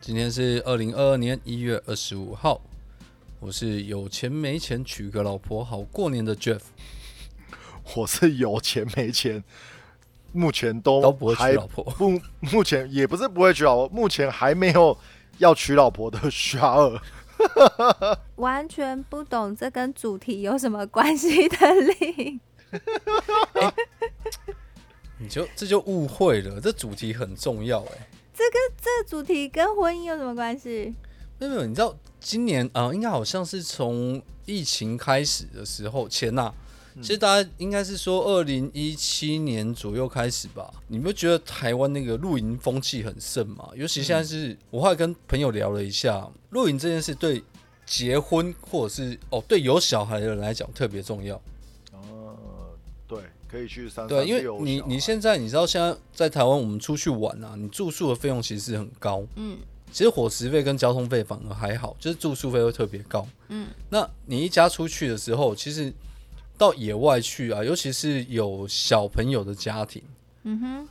今天是二零二二年一月二十五号，我是有钱没钱娶个老婆好过年的 Jeff，我是有钱没钱，目前都都不会娶哦还老婆 不，目前也不是不会娶老婆，目前还没有要娶老婆的 沙二。完全不懂这跟主题有什么关系的令。你就这就误会了，这主题很重要哎、这个这主题跟婚姻有什么关系？没有没有，你知道今年啊、呃应该好像是从疫情开始的时候前呐、其实大家应该是说二零一七年左右开始吧。你们觉得台湾那个露营风气很盛嘛？尤其现在是、我后来跟朋友聊了一下，露营这件事对结婚或者是哦对有小孩的人来讲特别重要。呃，对，可以去三对，三因为六你小你孩现在你知道现在在台湾我们出去玩啊，你住宿的费用其实很高。嗯其实伙食费跟交通费反而还好，就是住宿费会特别高。嗯，那你一家出去的时候，其实到野外去啊，尤其是有小朋友的家庭，嗯哼，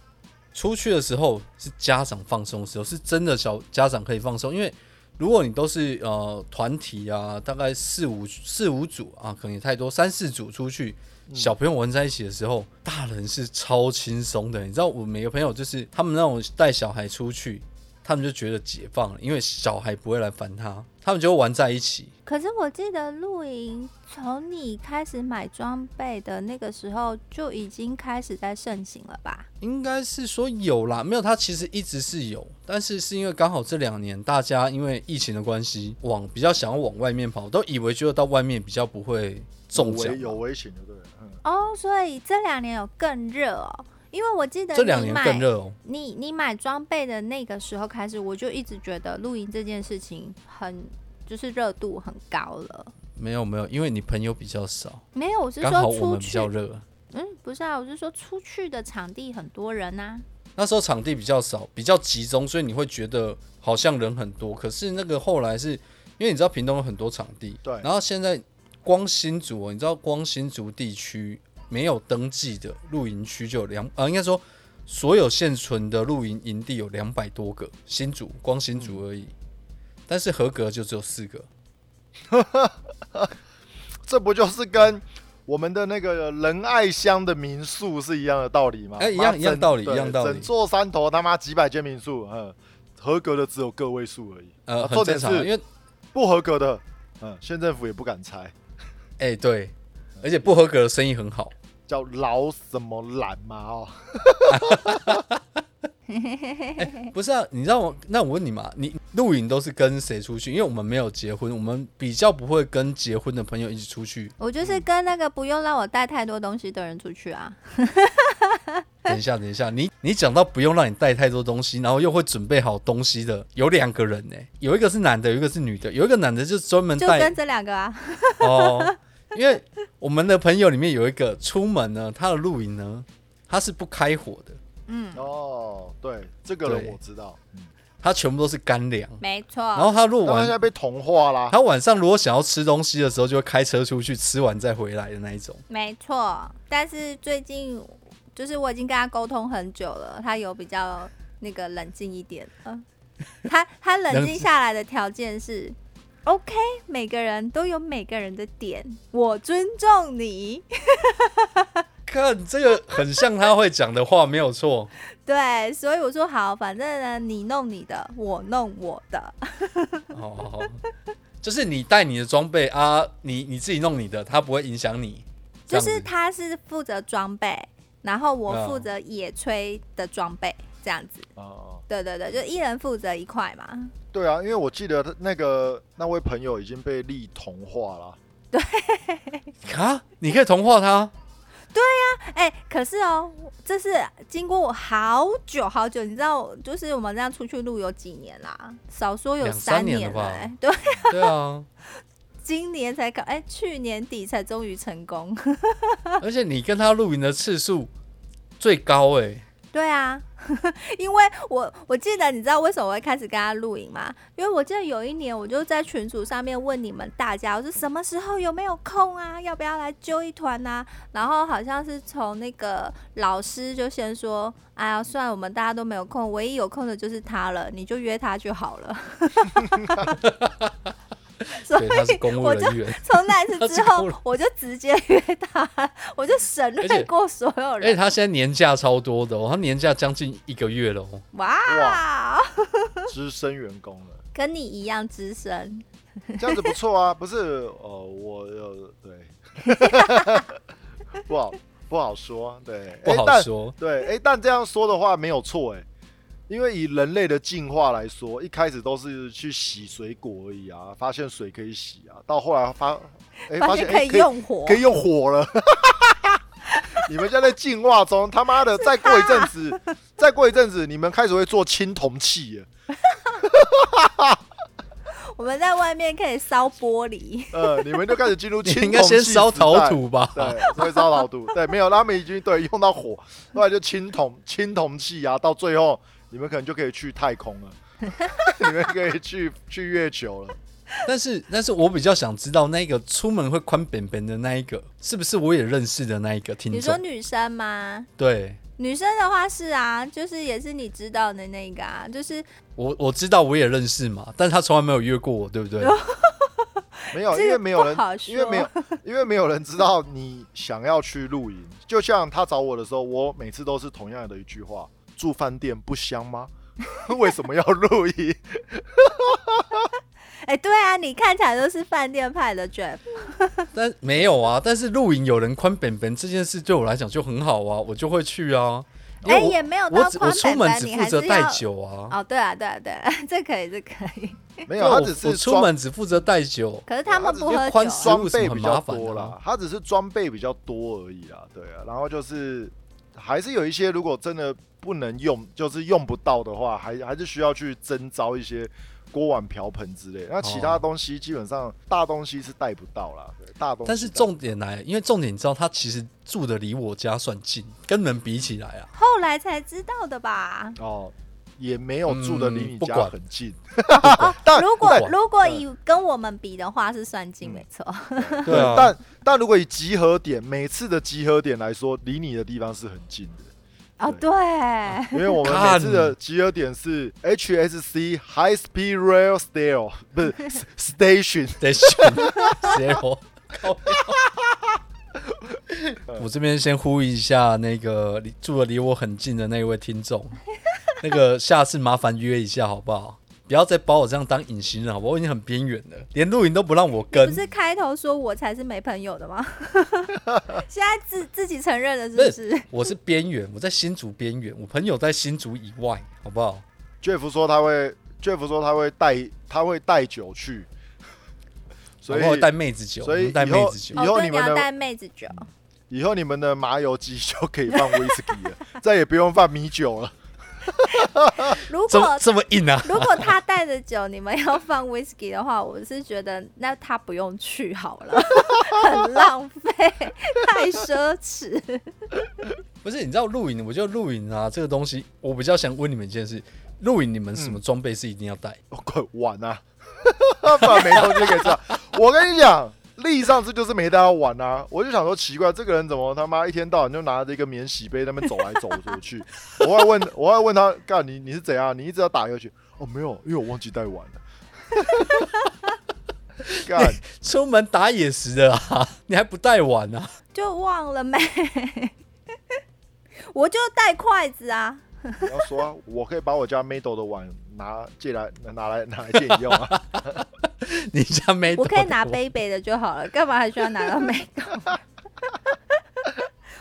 出去的时候是家长放松的时候，是真的小家长可以放松，因为如果你都是呃团体啊，大概四五四五组啊，可能也太多，三四组出去，小朋友玩在一起的时候，大人是超轻松的。你知道我每个朋友就是他们那种带小孩出去，他们就觉得解放了，因为小孩不会来烦他，他们就会玩在一起。可是我记得露营从你开始买装备的那个时候就已经开始在盛行了吧？应该是说有啦，没有，它其实一直是有，但是是因为刚好这两年大家因为疫情的关系，往比较想要往外面跑，都以为只有到外面比较不会中有奖危。有危险，对不对？嗯，哦，所以这两年有更热哦，因为我记得这两你年买更热哦，你你买装备的那个时候开始，我就一直觉得露营这件事情很就是热度很高了。没有没有，因为你朋友比较少，没有，我是刚好说我出们比去较，热，嗯，不是啊，我是说出去的场地很多人啊呐、那时候场地比较少，比较集中，所以你会觉得好像人很多。可是那个后来是因为你知道屏东有很多场地，对然后现在光新竹哦，你知道光新竹地区没有登记的露营区就有两，呃，应该说所有现存的露营营地有两百多个，新竹光新竹而已，但是合格就只有四个。这不就是跟我们的那个仁爱乡的民宿是一样的道理吗？哎一妈样一样整道理对一样道理整座山头他妈几百间民宿，嗯，合格的只有个位数而已。呃，啊很重正点常啊，是因为不合格的，嗯，县政府也不敢拆，哎、对，而且不合格的生意很好。叫老什么懒嘛哦。不是啊，你知道我？那我问你嘛，你露营都是跟谁出去？因为我们没有结婚，我们比较不会跟结婚的朋友一起出 去。我就是跟那个不用让我带太多东西的人出去啊。等一下，等一下，你你讲到不用让你带太多东西，然后又会准备好东西的，有两个人呢、有一个是男的，有一个是女的，有一个男的就专门就带跟这两个 啊，哦， 因为我们的朋友里面有一个出门呢，他的露营呢，他是不开火的，嗯，哦，对，这个人对我知道。他全部都是干粮。没然错。后他如但果他晚现在被同化啦。他晚上如果想要吃东西的时候，就会开车出去吃完再回来的那一种。没错，但是最近就是我已经跟他沟通很久了，他有比较那个冷静一点。嗯，他 他冷静下来的条件是，OK，每个人都有每个人的点，我尊重你。 看这个很像他会讲的话，没有错。 对，所以我说好，反正呢，你弄你的，我弄我的。好好好，就是你带你的装备啊，你你自己弄你的，他不会影响你。这就样子是他是负责装备，然后我嗯负责野炊的装备，这样子。哦，对对对，就一人负责一块嘛。对啊，因为我记得他那个那位朋友已经被立同化啦。啊，你可以同化他。哎、可是哦，这是经过我好久好久，你知道，就是我们这样出去录有几年啦，少说有两三三年年了吧哎对，对啊，今年才搞，哎、去年底才终于成功。而且你跟他露营的次数最高哎、对啊， 因为我我记得你知道为什么我会开始跟他录影吗？因为我记得有一年我就在群组上面问你们大家，我说什么时候有没有空啊？要不要来揪一团啊？然后好像是从那个老师就先说，哎呀，算了，我们大家都没有空，唯一有空的就是他了，你就约他就好了。所 对，他是以公务我就人员，从那一次他是之公后人，我就直接约他，我就省而且略过所有而且人。他现在年假超多的哦，他年假将近一个月了哦。哇，资深员工了。跟你一样资深，这样子不错啊，不是？呃，我呃，对，不好不好说，对，不诶好但说，对，哎、但这样说的话没有错，哎，因为以人类的进化来说，一开始都是去洗水果而已啊，发现水可以洗啊，到后来发，哎、发发现现可诶以用火可，以用火了。 你们现在在进化中，他妈的，再过一阵 子，再过一阵子，你们开始会做青铜器了。我们在外面可以烧玻璃。呃，你们就开始 进入你青铜应该先器烧时陶代土吧？ 对，所以烧老 度，对，没有，他们已经对用到火，后来就青铜青铜器啊，到最后你们可能就可以去太空 了，你们可以去去月球了。但是，但是我比较想知道那个出门会宽扁扁的那一个，是不是我也认识的那一个听你说众？女生吗？对，女生的话是啊，就是也是你知道的那个啊，就是我我知道我也认识嘛，但是他从来没有约过我，对不 对？没有，这因为个没有不人好，因为没有，因为没有人知道你想要去露营。就像他找我的时候，我每次都是同样的一句话：住饭店不香吗？ 为什么要露营？哎、对啊，你看起来都是饭店派的 Jeff，但没有啊，但是露营有人宽扁扁这件事对我来讲就很好啊，我就会去啊。因哎、为我也没有我到只我宽出板门板，只你负还责是要带酒啊，哦，对啊，对啊，对啊， 这可以，这可以。没对有，他我只我是出装门只负责带酒。可是他们不对啊喝这宽酒松啊，装备比食物较多是很麻烦的啦啊，它只是装备比较多而已啦，对啊。然后就是还是有一些，如果真的不能用，就是用不到的话，还还是需要去征招一些锅碗瓢盆之类。那其他东西基本上大东西是带不到啦，对，大东西带不到。但是重点来，因为重点你知道，他其实住的离我家算近，跟人比起来啊，后来才知道的吧？哦，也没有住的离嗯你不家管很近，哦 啊但如果不管如果以跟我们比的话，是算近，嗯没 错。对啊但但如果以集合点每次的集合点来说，离你的地方是很近的。嗯哦，对，因为我们每次的集合点是 HSC High Speed Rail Stale，不是 Station，得选谁我。靠腰我这边先呼吁一下那个离住的离我很近的那一位听众，那个下次麻烦约一下好不好？不要再把我这样当隐形人好不好？我已经很边缘了，连露营都不让我你跟不。是开头说我才是没朋友 的吗？现在自自己承认了，是不不是是？我是边缘，我在新竹边缘，我朋友在新竹以外，好不好？ Jeff 说他会，Jeff 说他会带，他会带酒去，所好不好以带妹子酒，所以我们带以后妹子酒以。后哦，你对，你们的要带妹子酒，以后你们的麻油鸡就可以放威士忌了，再也不用放米酒了。如这么果这么硬啊！如果他带的酒，你们要放 whisky 的话，我是觉得那他不用去好了，很浪费，太奢侈。不是，你知道露营，我觉得露营啊这个东西，我比较想问你们一件事：露营你们什么装备是一定要带？哦快碗啊， 把没东西给吃啊。我跟你讲，丽上次就是没带他碗啊，我就想说奇怪，这个人怎么他妈一天到晚就拿着一个免洗杯在那边走来走去？我还问，我还问他，干你你是怎样？你一直要打游戏？哦，没有，因为我忘记带碗了。 干，出门打野食的啊， 你还不带碗啊？ 就忘了没。我就带筷子啊，你要说、啊，我可以把我家 Mado 的碗拿借来拿来拿来借你用啊。你家哎没？我可以拿。杯杯的就好了，干嘛还需要拿到美工？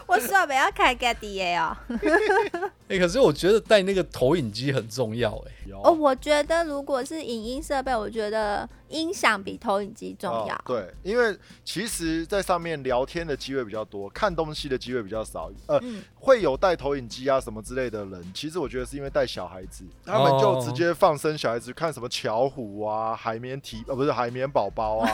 我说不要开 g a d i 哦。哎、可是我觉得带那个投影机很重要、哎，有哦，我觉得如果是影音设备，我觉得音响比投影机重要。哦。对，因为其实，在上面聊天的机会比较多，看东西的机会比较少。呃，嗯会有带投影机啊什么之类的人，其实我觉得是因为带小孩子，哦他们就直接放生小孩子看什么巧虎啊、海绵体呃不是海 绵宝宝 啊，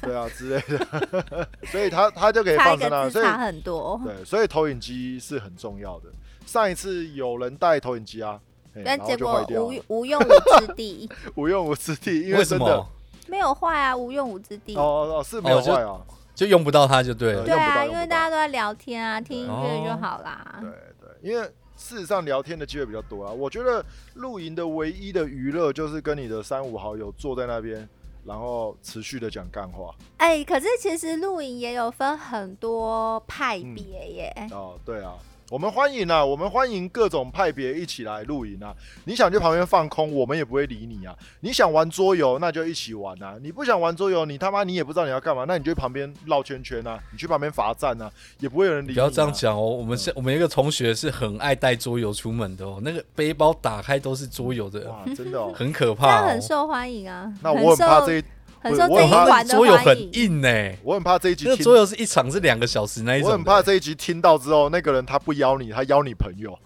对啊之类的， 所以他他就可以差放一生啊，个所字以差很多。对，所以投影机是很重要的。上一次有人戴投影机啊，嘿但然后结就坏果掉无了，无用武之地， 无用武之地，因为什真的么没有坏啊，无用武之地。哦哦哦是没有哦就坏啊，就用不到它就对呃了？对用不啊，到因用为不大家到都在聊天啊，听音乐就哦好啦。对对，因为事实上聊天的机会比较多啊。我觉得露营的唯一的娱乐就是跟你的三五好友坐在那边，然后持续的讲干话哎、可是其实露营也有分很多派嗯别耶。哦，对啊。我们欢迎啊，我们欢迎各种派别一起来露营啊！你想去旁边放空，我们也不会理你啊。你想玩桌游，那就一起玩啊。你不想玩桌游，你他妈你也不知道你要干嘛，那你就去旁边绕圈圈啊，你去旁边罚站啊，也不会有人理你、啊。不要这样讲哦，我们是我们有一个同学是很爱带桌游出门的哦，那个背包打开都是桌游的，哇，真的哦。很可这样怕很哦。受欢迎啊，那很我很怕 受这一，很我受我这一很怕环的桌游欢很迎。硬呢、欸我很怕这一集那个听桌游是一场是两个小时那一种我的，很怕这一集听到之后，那个人他不邀你，他邀你朋 友，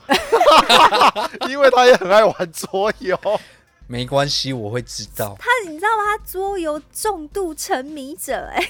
因为他也很爱玩桌游。没关系，我会知道。他你知道吗？他桌游重度沉迷者哎、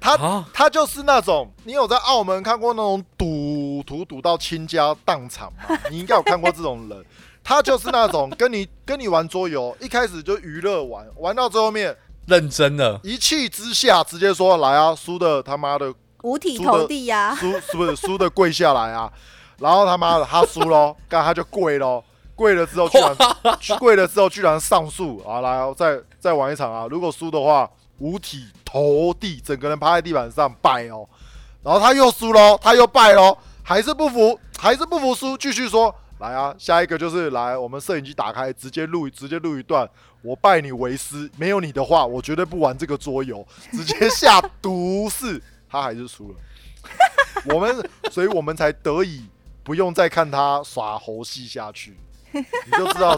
他啊，他就是那种，你有在澳门看过那种赌徒赌到倾家荡产 吗？你应该有看过这种人。他就是那种 跟你跟你玩桌游，一开始就娱乐玩，玩到最后面认真了，一气之下直接说来啊，输的他妈的五体输投得地呀、啊。输是不是输的跪下来啊？然后他妈的他输喽，干他就跪喽，跪了之后居然去跪了之后居然上诉啊，然后再再玩一场啊，如果输的话五体投地，整个人趴在地板上拜哦，然后他又输喽，他又拜喽，还是不服，还是不服输，继续说。来啊，下一个就是来，我们摄影机打开，直接录，直接录一段。我拜你为师，没有你的话，我绝对不玩这个桌游，直接下毒誓。他还是输了。我们，所以我们才得以不用再看他耍猴戏下 去。你就知道，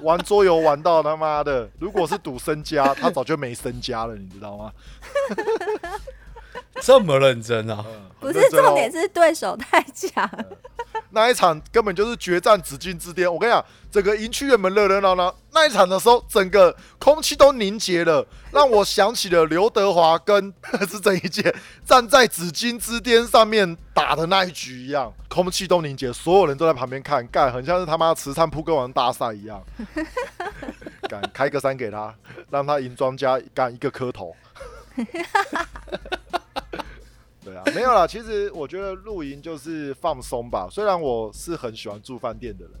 玩桌游玩到他妈的，如果是赌身家，他早就没身家了，你知道吗？这么认真啊！嗯，不很是认真哦重点，是对手太强，那一场根本就是决战紫禁之巅。我跟你讲，整个营区原本热热闹闹，那一场的时候，整个空气都凝结了，让我想起了刘德华跟呃是郑伊健站在紫禁之巅上面打的那一局一样，空气都凝结，所有人都在旁边看，干，很像是他妈慈善扑克王大赛一样。敢开个三给他，让他赢庄家干一个磕头。对啊，没有啦。其实我觉得露营就是放松吧。虽然我是很喜欢住饭店的人，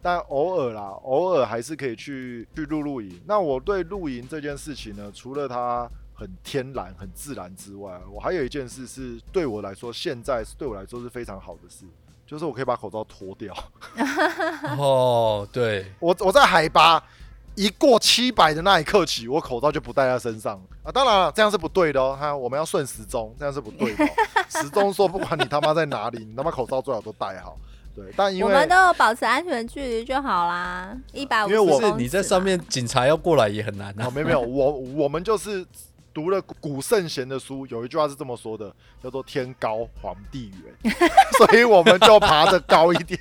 但偶尔啦，偶尔还是可以去去露露营。那我对露营这件事情呢，除了它很天然、很自然之外，我还有一件事是对我来说，现在是对我来说是非常好的事，就是我可以把口罩脱掉。哦，对，我我在海拔一过七百的那一刻起，我口罩就不戴在身上了啊！当然了，这样是不对的哦，哈，我们要顺时钟，这样是不对 的、哦。时钟说，不管你他妈在哪里，你他妈口罩最好都戴好。对，但因我为们都有保持安全距离就好啦，一百五因十为不我公是尺嘛。你在上面，警察要过来也很难哦，啊。没有没有，我我们就是读了古圣贤的书，有一句话是这么说的，叫做“天高皇帝远”，所以我们就爬得高一点。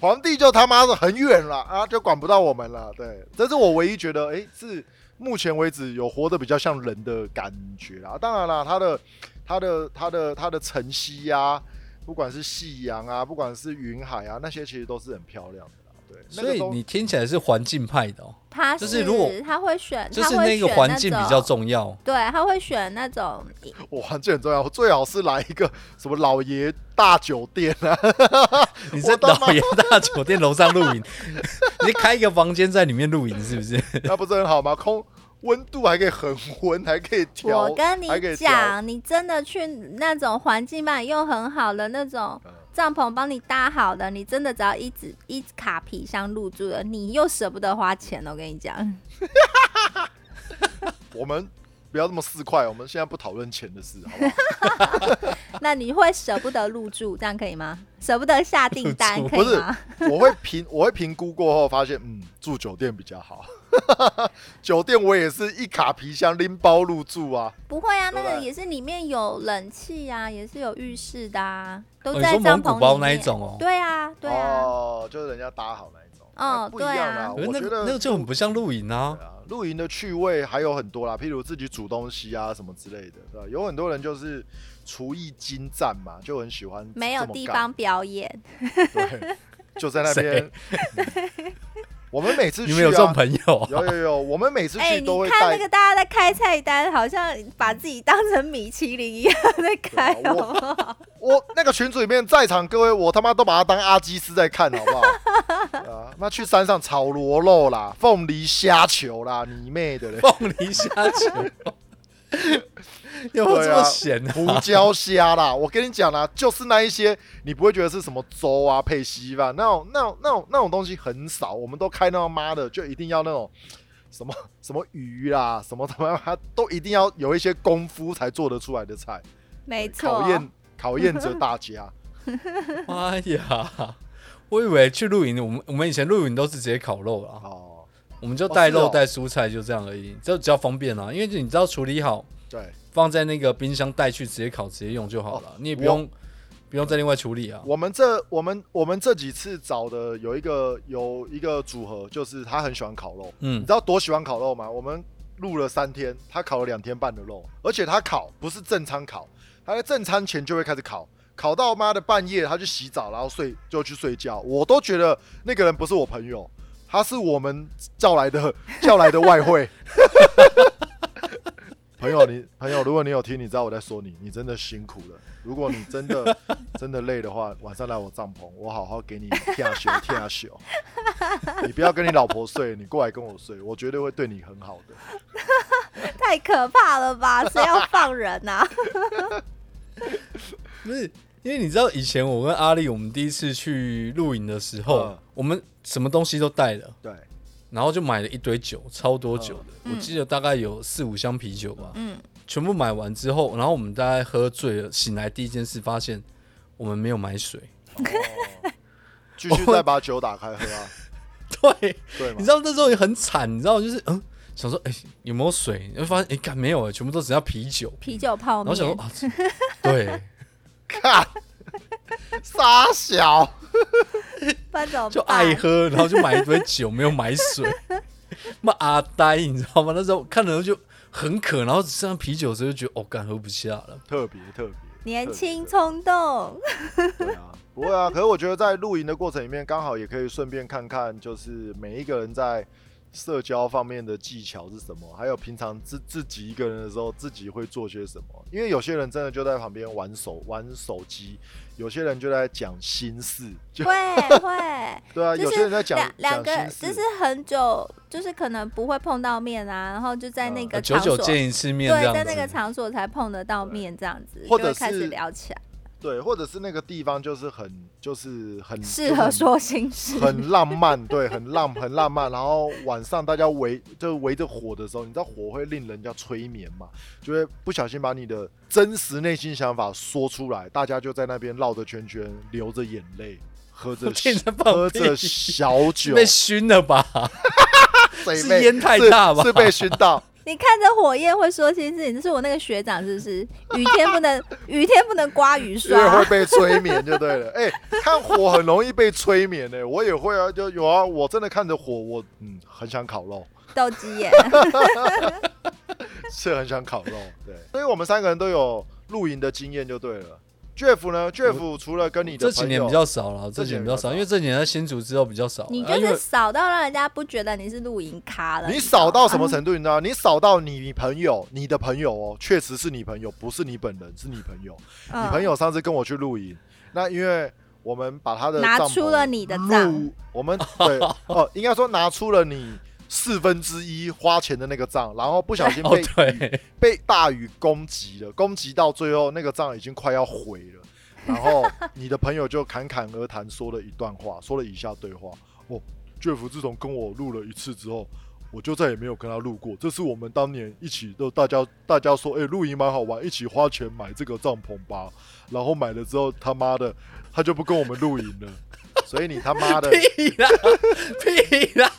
皇帝就他妈的很远了啊，就管不到我们了。对，这是我唯一觉得，诶，是目前为止有活得比较像人的感觉啦。当然啦，他的、他的、他的、他的晨曦呀、不管是夕阳啊，不管是云海啊，那些其实都是很漂亮的啦。对，那个所以都你听起来是环境派的哦，他就是如果他会选，就他是会那个选环境种比较重要。对，他会选那种我环境很重要，我最好是来一个什么老爷大酒店啊，你在我他妈老爷大酒店楼上露营， 你开一个房间在里面露营是不是？那不是很好吗？空温度还可以恒温，还可以调，我跟你还可以调讲，你真的去那种环境帮你用很好的那种嗯帐篷帮你搭好的，你真的只要一纸一卡皮箱入住的，你又舍不得花钱。我跟你讲，我们不要这么四块，我们现在不讨论钱的事，好不好？那你会舍不得入住，这样可以吗？舍不得下订单入可不以是吗？，我会评，我会评估过后发现，嗯，住酒店比较好。酒店我也是一卡皮箱拎包入住啊，不会啊，那对个也是里面有冷气啊，也是有浴室的啊，都哦你在说蒙帐篷古里包那一面种哦对啊，对啊，哦，就是人家搭好那一种。那嗯，不一对样啊啦。可是那我觉个得那个就很不像露营啊对。啊，露营的趣味还有很多啦，譬如自己煮东西啊什么之类的，对吧？有很多人就是厨艺精湛嘛，就很喜欢没有这么地干方表演，对，就在那边。嗯我们每次去、啊，你们有这种朋友啊？有有有，我们每次哎、去你都会看带那。个大家在开菜单，好像把自己当成米其林一样在开对啊我 哦。我那个群组里面在场各位，我他妈都把他当阿基斯在看，好不 好？对啊，那去山上炒螺肉啦，凤梨虾球啦，你妹的嘞！ 凤梨虾球， 有没有这么闲啊？胡椒虾啦， 我跟你讲啦，就是那一些你不会觉得是什么粥啊配稀饭那种、那种、那种、那种东西很少，我们都开那妈的，就一定要那种什么什么鱼啦，什么他妈都一定要有一些功夫才做得出来的菜，没错考，验考验着大 家。妈哎呀！我以为去露营，我们我们以前露营都是直接烤肉啦，哦，我们就带哦是肉哦带蔬菜就这样而已，这比较方便啦。因为你知道处理好，对，放在那个冰箱带去直接烤直接用就好哦了，你也不用不用再另外处理啊。我们这我们我们这几次找的有一个有一个组合，就是他很喜欢烤肉，你嗯知，道多喜欢烤肉吗？我们录了三天，他烤了两天半的肉，而且他烤不是正餐烤，他在正餐前就会开始烤，烤到妈的半夜他去洗澡，然后睡就去睡觉，我都觉得那个人不是我朋友，他是我们叫来的 叫来的外汇。朋友你，朋友，如果你有听，你知道我在说你，你真的辛苦了。如果你真的 真的累的话，晚上来我帐篷，我好好给你跳休跳休。你不要跟你老婆睡，你过来跟我睡，我绝对会对你很好 的。太可怕了吧？谁要放人 呐、啊？不是，因为你知道以前我跟阿丽我们第一次去露营的时候，嗯我们什么东西都带了， 对，然后就买了一堆酒，超多酒的，嗯我记得大概有四五箱啤酒吧，嗯，全部买完之后，然后我们大概喝醉了，醒来第一件事发现我们没有买 水。哦继续再把酒打开喝啊，对，对吗你知？道那时候也很惨，你知道就是嗯，想说哎、有没有水，然后发现哎干、没有哎、全部都只要啤酒，啤酒泡然后面想说啊，这 对，看，傻小，不然怎么就爱办喝，然后就买一堆酒，没有买 水，妈阿呆，你知道吗？那时候看了就很渴，然后只剩下啤酒的时候就觉得哦，干喝不下了。特别特别，年轻特 冲动，别对啊，不会啊。可是我觉得在露营的过程里面，刚好也可以顺便看看，就是每一个人在社交方面的技巧是什么，还有平常自自己一个人的时候，自己会做些什么。因为有些人真的就在旁边玩手玩手机，有些人就在讲心事，就会会。对啊，就是有些人在讲两两个讲心就事是很久，就是可能不会碰到面啊，然后就在那嗯个呃久场所，久见一次面这对，在样那个子，场所才碰得到面，这样子或就者会开始是嗯聊起来，对，或者是那个地方就是很就是很适合，说心事就是。很很浪漫，对，很浪很浪漫。然后晚上大家围就围着火的时候，你知道火会令人家催眠嘛，就会不小心把你的真实内心想法说出来，大家就在那边绕着圈圈，流着眼泪。喝 着听你在放喝屁 着小酒，被熏了 吧？谁是被烟太是大吧是被熏到。你看着火焰会说心事，你这是我那个学长是不是？雨天不能雨天不能刮雨因为会刷，被催眠就对了。哎、看火很容易被催眠呢、我也会啊，就有啊，我真的看着火，我嗯很想烤肉，斗鸡 眼。是很想烤肉。对，所以我们三个人都有露营的经验就对了。Jeff 呢？Jeff 除了跟你的这几朋年友比较少了，这几这几年年比比较较少少，因为这几年在新竹之后比较少了。 你啊就因为是少到让人家不觉得你是露营咖了。你知道少到什么吗？程度？你知道吗？你少到你朋友，你的朋友哦，确实是你朋友，不是你本人，是你朋友。嗯你朋友上次跟我去露营，那因为我们把他的拿帐出篷了你的帐入，我们对 哦，应该说拿出了你四分之一花钱的那个账，然后不小 心哦被、对，被大雨攻击了，攻击到最后那个账已经快要毁了，然后你的朋友就侃侃而谈说了一段话，说了以下对话哦，Jeff 自从跟我录了一次之后。我就再也没有跟他录过，这是我们当年一起都大家大家说，哎、露营蛮好玩，一起花钱买这个帐篷吧。然后买了之后，他妈的，他就不跟我们露营了。所以你他妈的，屁啦屁啦，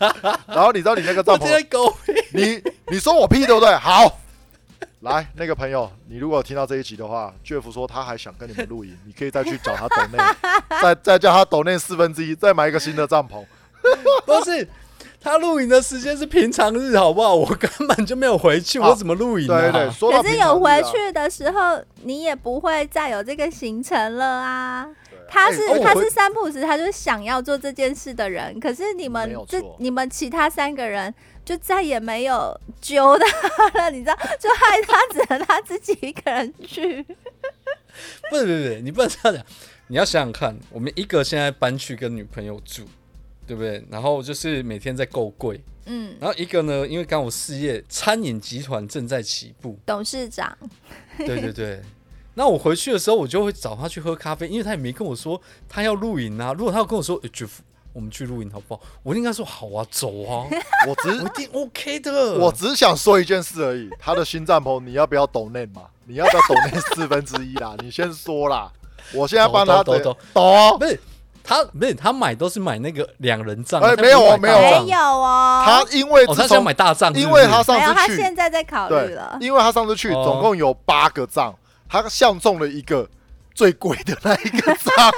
然后你知道你那个帐我这篷些狗屁。你你说我屁对不对？好，来那个朋友，你如果听到这一集的话，Jeff 说他还想跟你们露营，你可以再去找他抖内，再再叫他抖内四分之一，再买一个新的帐篷。不是。他露营的时间是平常日，好不好？我根本就没有回去，啊我怎么露营、啊？对 对，说到可平是常有日啊回，去的时候，你也不会再有这个行程了啊。对啊他是、哎哦我他回是三浦时，他就是想要做这件事的人。可是你们没有这错你们其他三个人就再也没有揪他了， 你知道，就害他只能他自己一个人去。不是不是，不是你不能这样讲。你要想想看，我们一个现在搬去跟女朋友住，对不对？然后就是每天在够贵，嗯，然后一个呢，因为刚好事业餐饮集团正在起步，董事长，对 对对。那我回去的时候，我就会找他去喝咖啡，因为他也没跟我说他要露营啊。如果他要跟我说、欸、，Jeff，我们去露营好不好？我应该说好啊，走 啊，我只我一定 OK 的。我只想说一件事而已，他的新帐篷你要不要抖内嘛？你要不要抖 内四分之一啦？你先说啦，我现在帮他哦抖抖抖抖抖，不是他不是他买都是买那个两人帐，哎他不没有哦会买没有大哦帐没有哦，他因为哦，他自想从买大帐是不是，因为他没有，上他次去现在在考虑对了，。 因为他上次去哦总共有八个帐，他相中了一个最贵的那一个帐，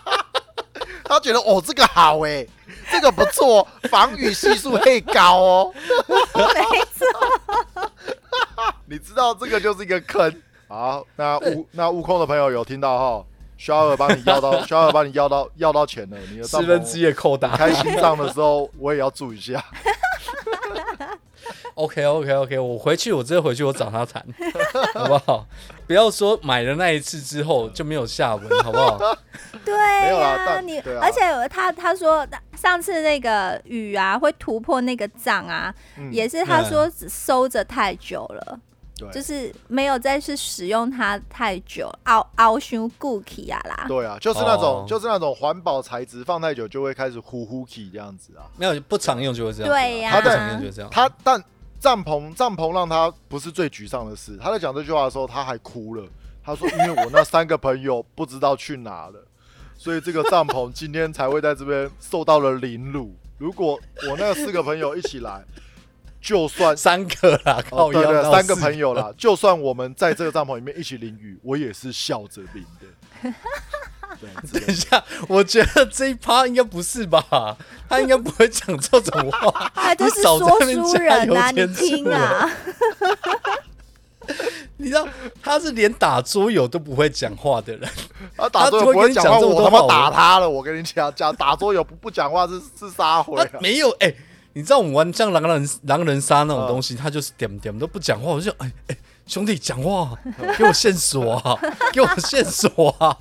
他觉得哦这个好哎、这个不错，防雨系数很高哦。 没错，你知道这个就是一个坑。 好，那悟那悟空的朋友有听到哈？肖尔帮你要 到，肖尔帮你要到要到钱了，你的四分之一一。的扣打，开心账的时候，我也要注意一下。 OK OK OK，我回去，我直接回去，我找他谈， 好不好？不要说买了那一次之后就没有下文，好不好？对有啦呀、但你、对啊而且他他说上次那个雨啊会突破那个障啊，嗯也是他说只收着太久了， 对就是没有再去使用它太久，凹凹修固体啊啦。对啊，就是那种哦就是那种环保材质，放太久就会开始呼呼起这样子啊。没有不常用就会这样，啊对呀，不常用就会这样。他但帐篷帐篷让他不是最沮丧的事。他在讲这句话的时候，他还哭了。他说：“因为我那三个朋友不知道去哪了，所以这个 帐篷今天才会在这边受到了凌辱。如果我那四个朋友一起来，就 算三个啦，哦靠对腰对，到三个四朋友啦，就算我们在这个帐篷里面一起淋雨，我也是笑着淋的。 对，等一下，我觉得这一趴应该不是吧？ 他应该不会讲这种话他就是说书人啊，你听啊， 你知道他是连打桌游都不会讲话的人，他啊打桌他只游会不会跟你讲讲话，这么我多他妈话哦打他了！我跟你讲，讲打桌游不不讲话是是杀回他 啊。没有哎、你知道我们玩像狼人狼人杀那种嗯东西，他就是点点都不讲话，我就哎哎、兄弟讲话，给我线索啊， 给我线索啊，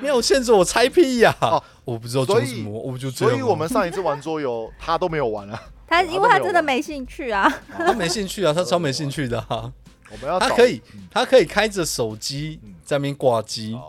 没有线索我猜屁呀、哦我不知道所装以什么，我就这样所啊。以我们上一次玩 桌游，他都没有玩啊。他对因为他都没有真的没兴趣啊。他没兴趣啊，他超没兴趣的啊，我们要他嗯找可以他可以开着手机在那边挂机，哦。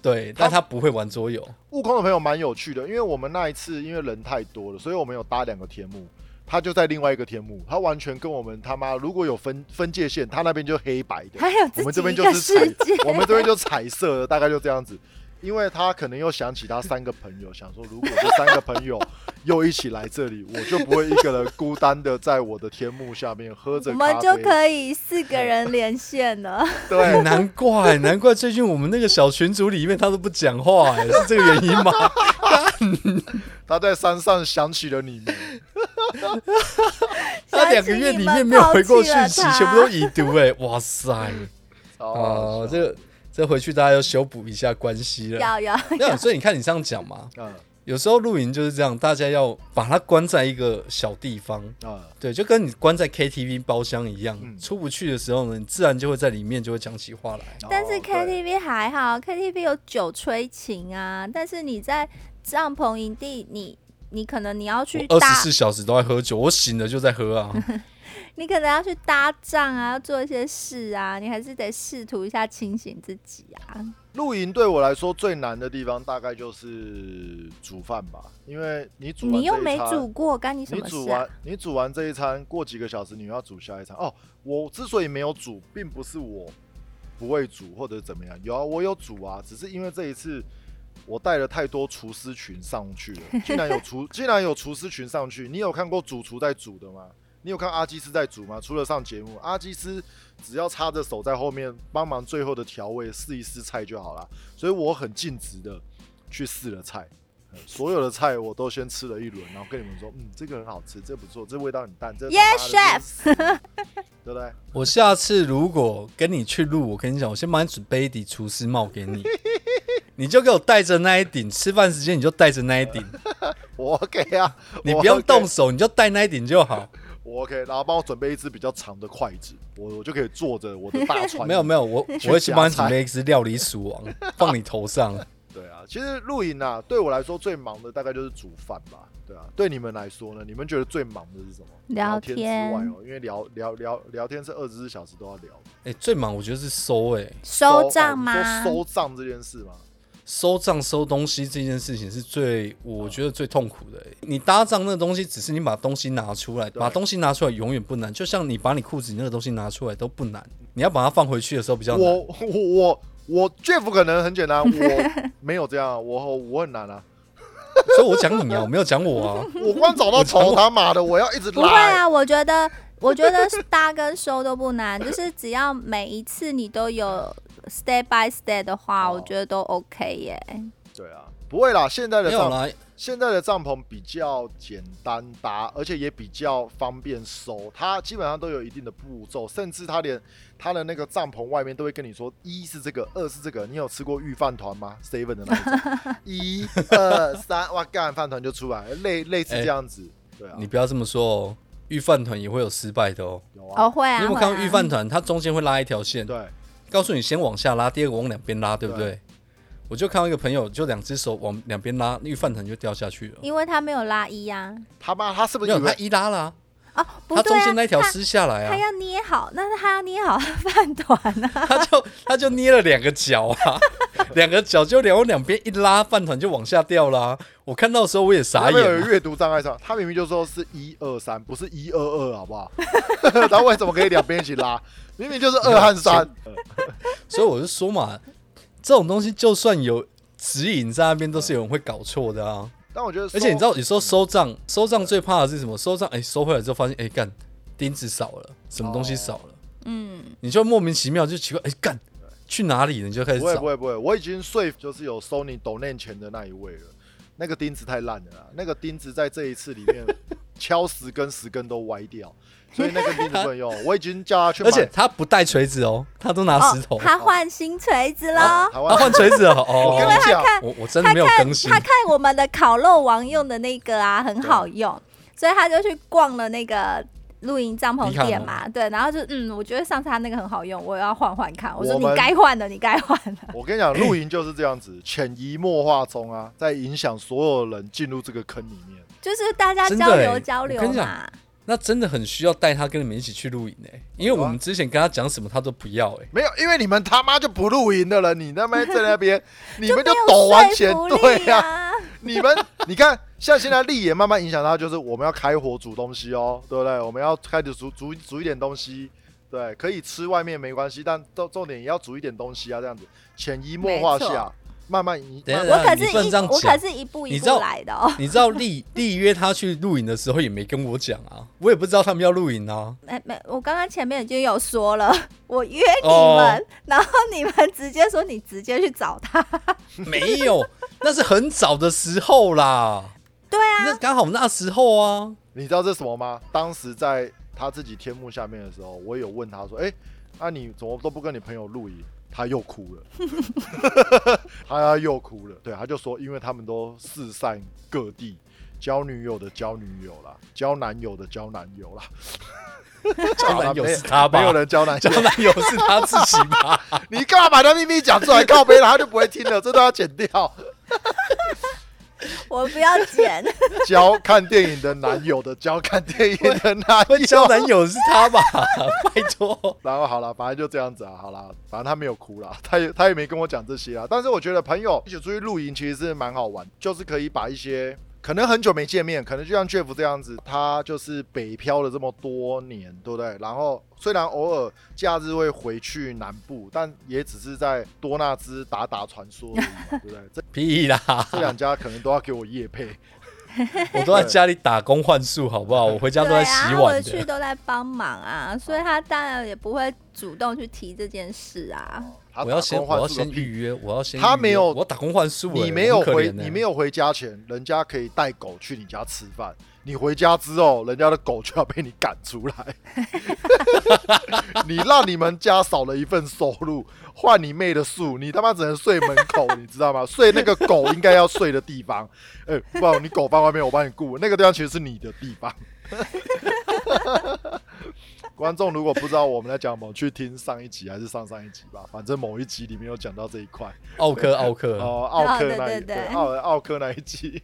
对，但他不会玩桌 游。悟空的朋友蛮有趣的，因为我们那一次因为人太多了，所以我们有搭两个天幕，他就在另外一个天幕，他完全跟我们他妈如果有分分界线，他那边就黑白的，还有自我们己这边一就个是彩世 界，，我们这边就彩色的，大概就这样子。因为他可能又想起他三个朋友，想说如果这三个朋友又一起来这里，我就不会一个人孤单的在我的天幕下面喝着 我咖啡。们就可以四个人连线了。对，哎难 怪，难怪最近我们那个小群组里面他都不讲话、 哎，是这个原因吗？他在山上想起了你 们， 他两个月里面没有回过讯息，全部都已读 哎、哇塞！哦、这个这回去大家要修补一下关系了。 要要，那所以你看你这样讲嘛，嗯有时候露营就是这样，大家要把它关在一个小地方，嗯，对，就跟你关在 KTV 包厢一样，嗯出不去的时候呢，你自然就会在里面就会讲起话来。但是哦对 KTV 还好，KTV 有酒吹情啊，但是你在帐篷营地，你你可能你要去我二搭十，四小时都在喝酒，我醒了就在喝啊。你可能要去搭帐啊，要做一些事啊，你还是得试图一下清醒自己啊。露营对我来说最难的地方大概就是煮饭吧，因为你煮完你又这一没餐煮过，干你什你么煮事完啊？你煮完这一餐，过几个小时你又要煮下一餐。哦，我之所以没有煮，并不是我不会煮或者怎么样，有啊，我有煮啊，只是因为这一次我带了太多厨师群上去了，竟然有厨， 竟然有厨师群上去，你有看过主厨在煮的吗？你有看阿基斯在煮吗？除了上节目，阿基斯只要插着手在后面帮忙最后的调味，试一试菜就好啦。所以我很尽职的去试了菜，嗯所有的菜我都先吃了一轮，然后跟你们说，嗯，这个很好吃，这不错，这味道很淡，这 Yes, 他妈的这是死的对不对？我下次如果跟你去录，我跟你讲，我先帮你准备一顶厨师帽给你，你就给我戴着那一顶，吃饭时间你就戴着那一顶，我 OK 啊， 你我不用 OK 动手，你就戴那一顶就好。我 OK，然后帮我准备一只比较长的筷子，我我就可以坐着我的 大船。没有没有，有，我去我会去帮你准夹菜备一只料理鼠王放你头上。对啊，其实露营啊，对我来说最忙的大概就是煮饭吧，对啊，对你们来说呢，你们觉得最忙的是什么？聊天天之外哦，因为聊聊聊聊天是二十四小时都要聊。哎、最忙我觉得是收哎、收账哦你吗？说收账这件事吗？收账收东西这件事情是最我觉得最痛苦的欸、你搭账那东西，只是你把东西拿出来，对把东西拿出来永远不难，就像你把你裤子里那个东西拿出来都不难，你要把它放回去的时候比较难。我我我我 Jeff 可能很简单，我没有这样啊，我我很难啊， 所以我讲你啊，我没有讲我啊。我光找到头他妈的，我要一直不会拉欸。啊，我觉得，我觉得搭跟收都不难， 就是只要每一次你都有 step by step 的话，哦我觉得都 OK 耶。对啊，不会啦，现在的没有帐啦，现在的帐篷比较简单搭，而且也比较方便收，它基本上都有一定的步骤，甚至它连它的那个帐篷外面都会跟你说，一是这个，二是这个。你有吃过御饭 团吗？seven 的那一种，一二三，哇干，饭团就出来，类类似这样子。对啊，你不要这么说哦。预饭团也会有失败的哦。有啊，哦，会啊，你有没有会看啊过预饭团？它中间会拉一条线，对，告诉你先往下拉，第二个往两边拉，对不对对？我就看到一个朋友，就两只手往两边拉，预饭团就掉下去了。因为他没有拉一呀、他妈他是不没是以有，他为一拉啦，哦，不他对中啊，间那一条他撕下来啊他。要捏好，那是他要捏好他饭团啊。他就 他就捏了两个脚啊， 两个脚就两两边一拉，饭团就往下掉啦、我看到的时候我也傻他们有眼、啊，阅读障碍上，他明明就说是一二三，不是一二二，好不 好？他为什么可以两边一起拉？明明就是二和三。所以我就说嘛，这种东西就算有指引在那边，都是有人会搞错的啊。但我觉得，而且你知。道，有时候收账收账最怕的是什么？收账哎、收回来之后发现哎干、钉子少了，什么东西少了，嗯，你就莫名其妙就奇怪哎干、去哪里了？你就开始不会找不。会不会，我已经说服就是有收你抖内钱的那一位了。那个钉子太烂了啦，啊那个钉子在这一次里面敲十根十根都歪掉，所以那根钉子不能用。我已经叫他去买，而且他不带锤子哦，他都拿石头。哦，他换新锤子喽。台他湾，换锤子哦，我跟哦，你讲，我我真他的没有看更新他。看我们的烤肉王用的那个啊，很好用，所以他就去逛了那个露营帐篷店啊嘛。对，然后就嗯，我觉得上次他那个很好用，我要换换看。我说我你们该换的，你该换的。 我跟你讲，露营就是这样子，潜移默化中啊，在影响所有人进入这个坑里面。就是大家真的交欸流交流我跟你嘛。那真的很需要带他跟你们一起去露营哎、因为我们之前跟他讲什么他都不要哎、没有，因为你们他妈就不露营的了，你他妈在那边，你们没有抖完钱说，服对力呀、啊，你们， 你看，像现在力也慢慢影响到，就是我们要开火煮东西哦，对不对？我们要开始煮煮煮一点东西，对，可以吃外面没关系，但重重点也要煮一点东西啊，这样子潜移默化下没错，慢慢你等一下我可哎你不能是一这样我讲可是一步你一知道步来的哦。啊你知道 丽丽约他去露营的时候也没跟我讲啊，我也不知道他们要露营 啊。没没，我刚刚前面已经有说了， 我约你们，哦然后你们直接说你直接去找他。没有，那是很早的时候啦，对啊，那刚好那时候啊。你知道这是什么吗？当时在他自己天幕下面的时候，我有问他说：“哎、那、你怎么都不跟你朋友露营？”他又哭了， 他又哭了。对，他就说，因为他们都四散各地，交女友的交女友啦，交男友的交男友啦，交男友是他吧 没有人交男交友。男友是他自己吧？ 你干嘛把他秘密讲出来？告别了，他就不会听了，这都要剪掉。我不要剪，交看电影的男友的交看电影的男会友，交男友是他吧？拜托，然后好了，反正就这样子啊，好了，反正他没有哭啦，他也他也没跟我讲这些啊。但是我觉得朋友一起出去露营其实是蛮好玩，就是可以把一些可能很久没见面，可能就像 Jeff 这样子，他就是北漂了这么多年，对不对？然后虽然偶尔假日会回去南部，但也只是在多纳兹打打传说而已嘛，对不对？这屁啦！这两家可能都要给我夜配。我都在家里打工换宿，好不好？我回家都对在啊，洗他碗回去的。都在帮忙啊，所以他当然也不会主动去提这件事啊。他我要打先工我换要宿个先屁预约，我要先他预约没有我打工换宿欸、你没有我很可回，怜欸你没有回家前，人家可以带狗去你家吃饭。你回家之后，人家的狗就要被你赶出来。 你让你们家少了一份收入，换你妹的树，你他妈只能睡门口，你知道吗？睡那个狗应该要睡的地方。哎、不然你狗放外面，我帮你顾。那个地方其实是你的地方。 观众如果不知道我们在讲什么，去听上一集还是上上一集吧，反正某一集里面有讲到这一块。奥克奥克。哦，奥克对那一对对对奥奥克那一 集，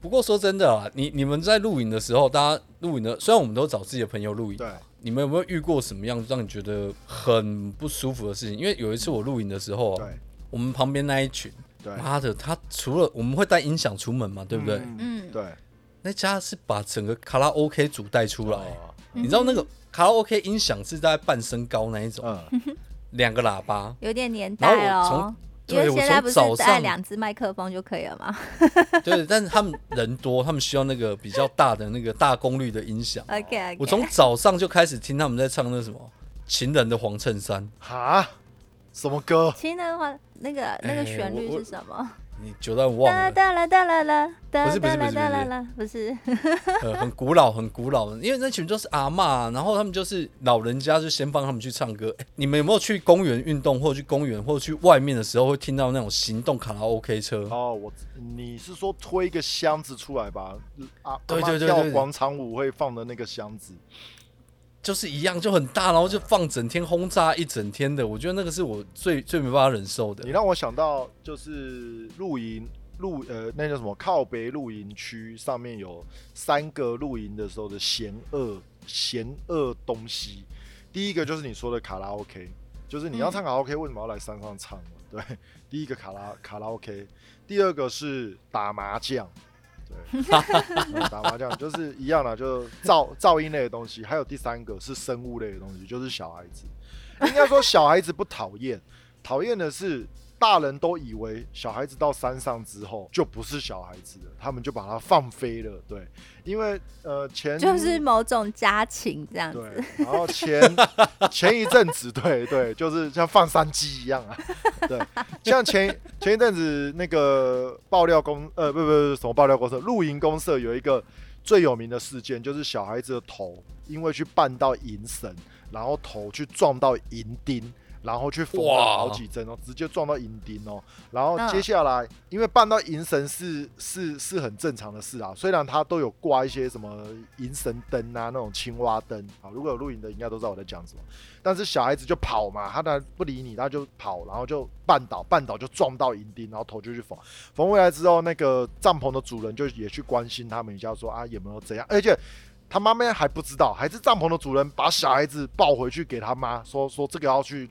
不过说真的啊，你你们在露营的时候，大家露营的，虽然我们都找自己的朋友露营，对，你们有没有遇过什么样让你觉得很不舒服的事情？因为有一次我露营的时候啊，对我们旁边那一群，对妈的，他除了我们会带音响出门嘛，对不对？嗯，对，那家是把整个卡拉 OK 组带出来，哦你知道那个卡拉 OK 音响是大概半身高那一种，嗯，两、个喇叭，有点年代然后我哦从。因为对我现在从不是早带上两只麦克风就可以了吗对，但是他们人多，他们需要那个比较大的那个大功率的音 响。 ？OK OK。 我从早上就开始听他们在唱那什么《情人的黄衬衫》，哈，什么歌？亲的话，那个那个哎旋律我是什么？你久到忘哒 了，哒啦哒啦啦，哒不是不哒是不啦是哒啦不是啦，不是。呃，很古老，很古老。因为那群就是阿嬷，然后他们就是老人家，就先帮他们去唱歌。哎你们有没有去公园运动，或者去公园，或者去外面的时候会听到那种行动卡拉 OK 车？哦，我你是说推一个箱子出来吧？啊，对他妈对对跳对广场舞会放的那个箱子，就是一样，就很大，然后就放整天轰炸一整天的。我觉得那个是我最最没办法忍受的你。让我想到就是露营露呃那叫什么靠北露营区上面有三个露营的时候的险恶险恶东西，第一个就是你说的卡拉 OK，就是你要唱卡拉 OK 为什么要来山上唱呢？对，第一个卡拉卡拉 OK，第二个是打麻将。对，嗯打麻将就是一样啦，就噪噪音类的东西。还有第三个是生物类的东西，就是小孩子。应该说小孩子不讨厌，讨厌的是，大人都以为小孩子到山上之后就不是小孩子了，他们就把他放飞了。对，因为呃前就是某种家禽这样子。对，然后前前一阵子，对对，就是像放山鸡一样 啊。对，像前前一阵子那个爆料公呃不不不什么爆料公社，露营公社有一个最有名的事件，就是小孩子的头因为去绊到银绳，然后头去撞到银钉。然后去缝了哇好几针哦，直接撞到银钉哦。然后嗯接下来，因为绊到银绳是是是很正常的事啊，虽然它都有挂一些什么银绳灯啊，那种青蛙灯啊，如果有录影的应该都知道我在讲什么。但是小孩子就跑嘛，他当然不理你，他就跑，然后就绊倒，绊倒就撞到银钉，然后头就去缝。缝回来之后，那个帐篷的主人就也去关心他们一下，说啊有没有怎样，而且。他妈妈还不知道，还是帐篷的主人把小孩子抱回去给他妈，说说这个要去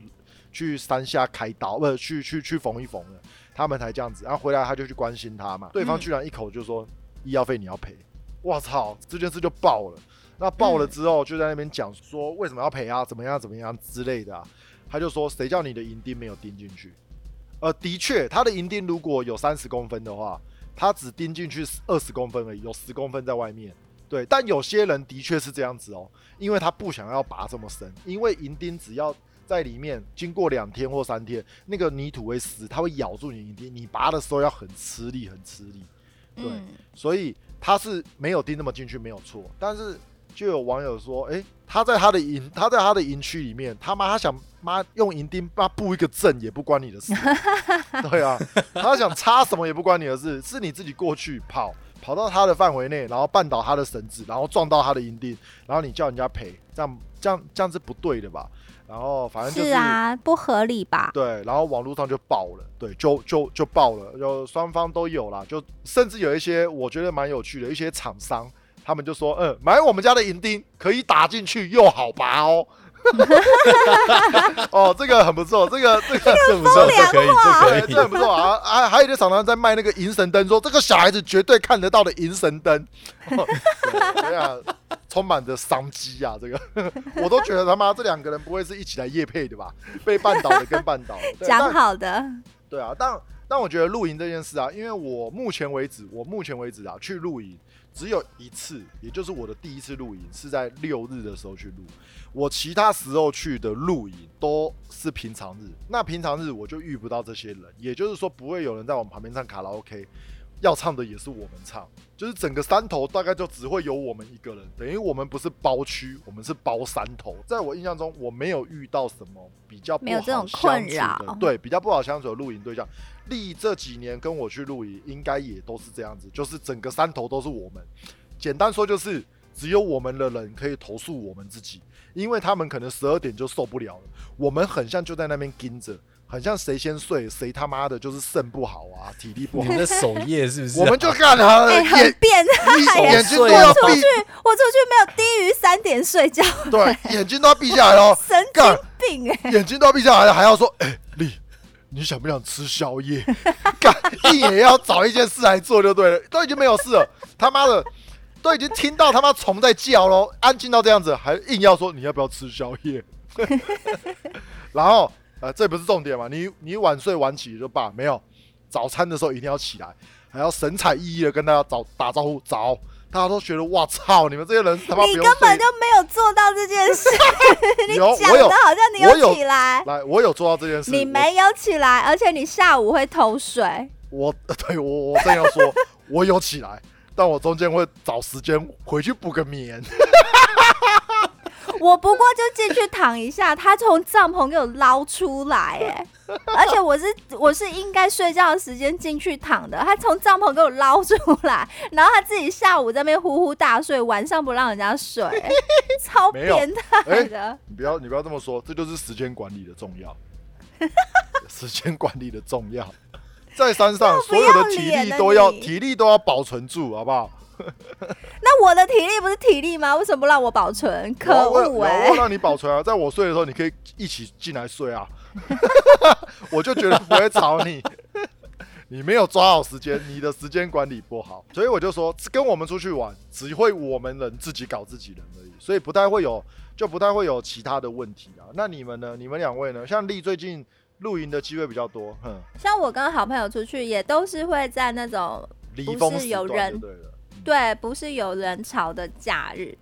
去山下开刀，不、是去去去缝一缝的，他们才这样子。然后回来他就去关心他嘛，对方居然一口就说、医药费你要赔，我操，这件事就爆了。那爆了之后就在那边讲说为什么要赔啊，怎么样怎么样之类的啊。他就说谁叫你的银钉没有钉进去？呃，的确，他的银钉如果有三十公分的话，他只钉进去二十公分而已，有十公分在外面。对，但有些人的确是这样子哦，因为他不想要拔这么深，因为银钉只要在里面经过两天或三天，那个泥土会湿，它会咬住你银钉，你拔的时候要很吃力，很吃力。对，嗯，所以他是没有钉那么进去没有错，但是就有网友说，诶，他在他的营，他在他的营区里面，他妈他想妈用银钉妈布一个阵也不关你的事，对啊，他想插什么也不关你的事，是你自己过去跑跑到他的范围内，然后绊倒他的绳子，然后撞到他的银钉，然后你叫人家赔，这样这样这样是不对的吧？然后反正就是啊，不合理吧？对，然后网络上就爆了，对，就就就爆了，就双方都有啦，就甚至有一些我觉得蛮有趣的，一些厂商他们就说，嗯，买我们家的银钉可以打进去又好拔哦。 哦，这个很不错，这个这个这不错，这可以，对，这可以这。很不错啊！还还有一些厂商在卖那个银神灯，说这个小孩子绝对看得到的银神灯， 哦对对啊，充满着商机啊！这个 我都觉得他妈这两个人不会是一起来夜配的吧？被绊倒的跟绊倒的，对讲但好的，对啊，但但我觉得露营这件事啊，因为我目前为止，我目前为止啊，去露营只有一次，也就是我的第一次露营是在六日的时候去露。我其他时候去的露营都是平常日，那平常日我就遇不到这些人，也就是说不会有人在我们旁边唱卡拉 OK，要唱的也是我们唱，就是整个山头大概就只会有我们一个人，等于我们不是包区，我们是包山头。在我印象中，我没有遇到什么比较不没有这好种困相处的扰对，比较不好相处的露营对象。历这几年跟我去露营，应该也都是这样子，就是整个山头都是我们。简单说就是，只有我们的人可以投诉我们自己，因为他们可能十二点就受不了了。我们很像就在那边盯着，很像谁先睡谁他妈的就是肾不好啊，体力不 你好们，的首页是不是啊、我们就干他哎、了，很 眼变态耶！眼睛都要我出闭， 我出去没有低于三点睡觉，对，眼睛都要闭下来哦，神干经病哎、 眼睛都要闭下来了，还要说，哎、丽，你想不想吃宵夜？ 干，一也要找一件事来做就对了，都已经没有事了，他妈的，都已经听到他妈虫在叫喽，安静到这样子，还硬要说你要不要吃宵夜？ 然后，呃，这不是重点嘛？你你晚睡晚起也就罢，没有早餐的时候一定要起来，还要神采奕奕的跟大家早打招呼早。大家都觉得哇操！你们这些人他妈不你用根本睡就没有做到这件事，你 有讲我有的好像你我有起来，来，我有做到这件事，你我没有起来，而且你下午会 偷睡。我对我我正要说，我有起来，但我中间会找时间回去补个眠。 我不过就进去躺一下，他从帐篷给我捞出来、哎，而且我是我是应该睡觉的时间进去躺的，他从帐篷给我捞出来，然后他自己下午在那边呼呼大睡，晚上不让人家 睡、哎超没有变态的。你不要你不要这么说，这就是时间管理的重要。时间管理的重要，在山上不所有要的体脸力啊都要你体力都要保存住，好不好？那我的体力不是体力吗？为什么不让我保存？可有恶啊哎、我有我让你保存啊，在我睡的时候，你可以一起进来睡啊， 我就觉得不会吵你。 你没有抓好时间，你的时间管理不好，所以我就说，跟我们出去玩，只会我们人自己搞自己人而已，所以不太会有，就不太会有其他的问题啊。那你们呢？你们两位呢？像丽最近露营的机会比较多，哼，像我跟好朋友出去，也都是会在那种离不是峰时有段就人对了，对，不是有人潮的假日，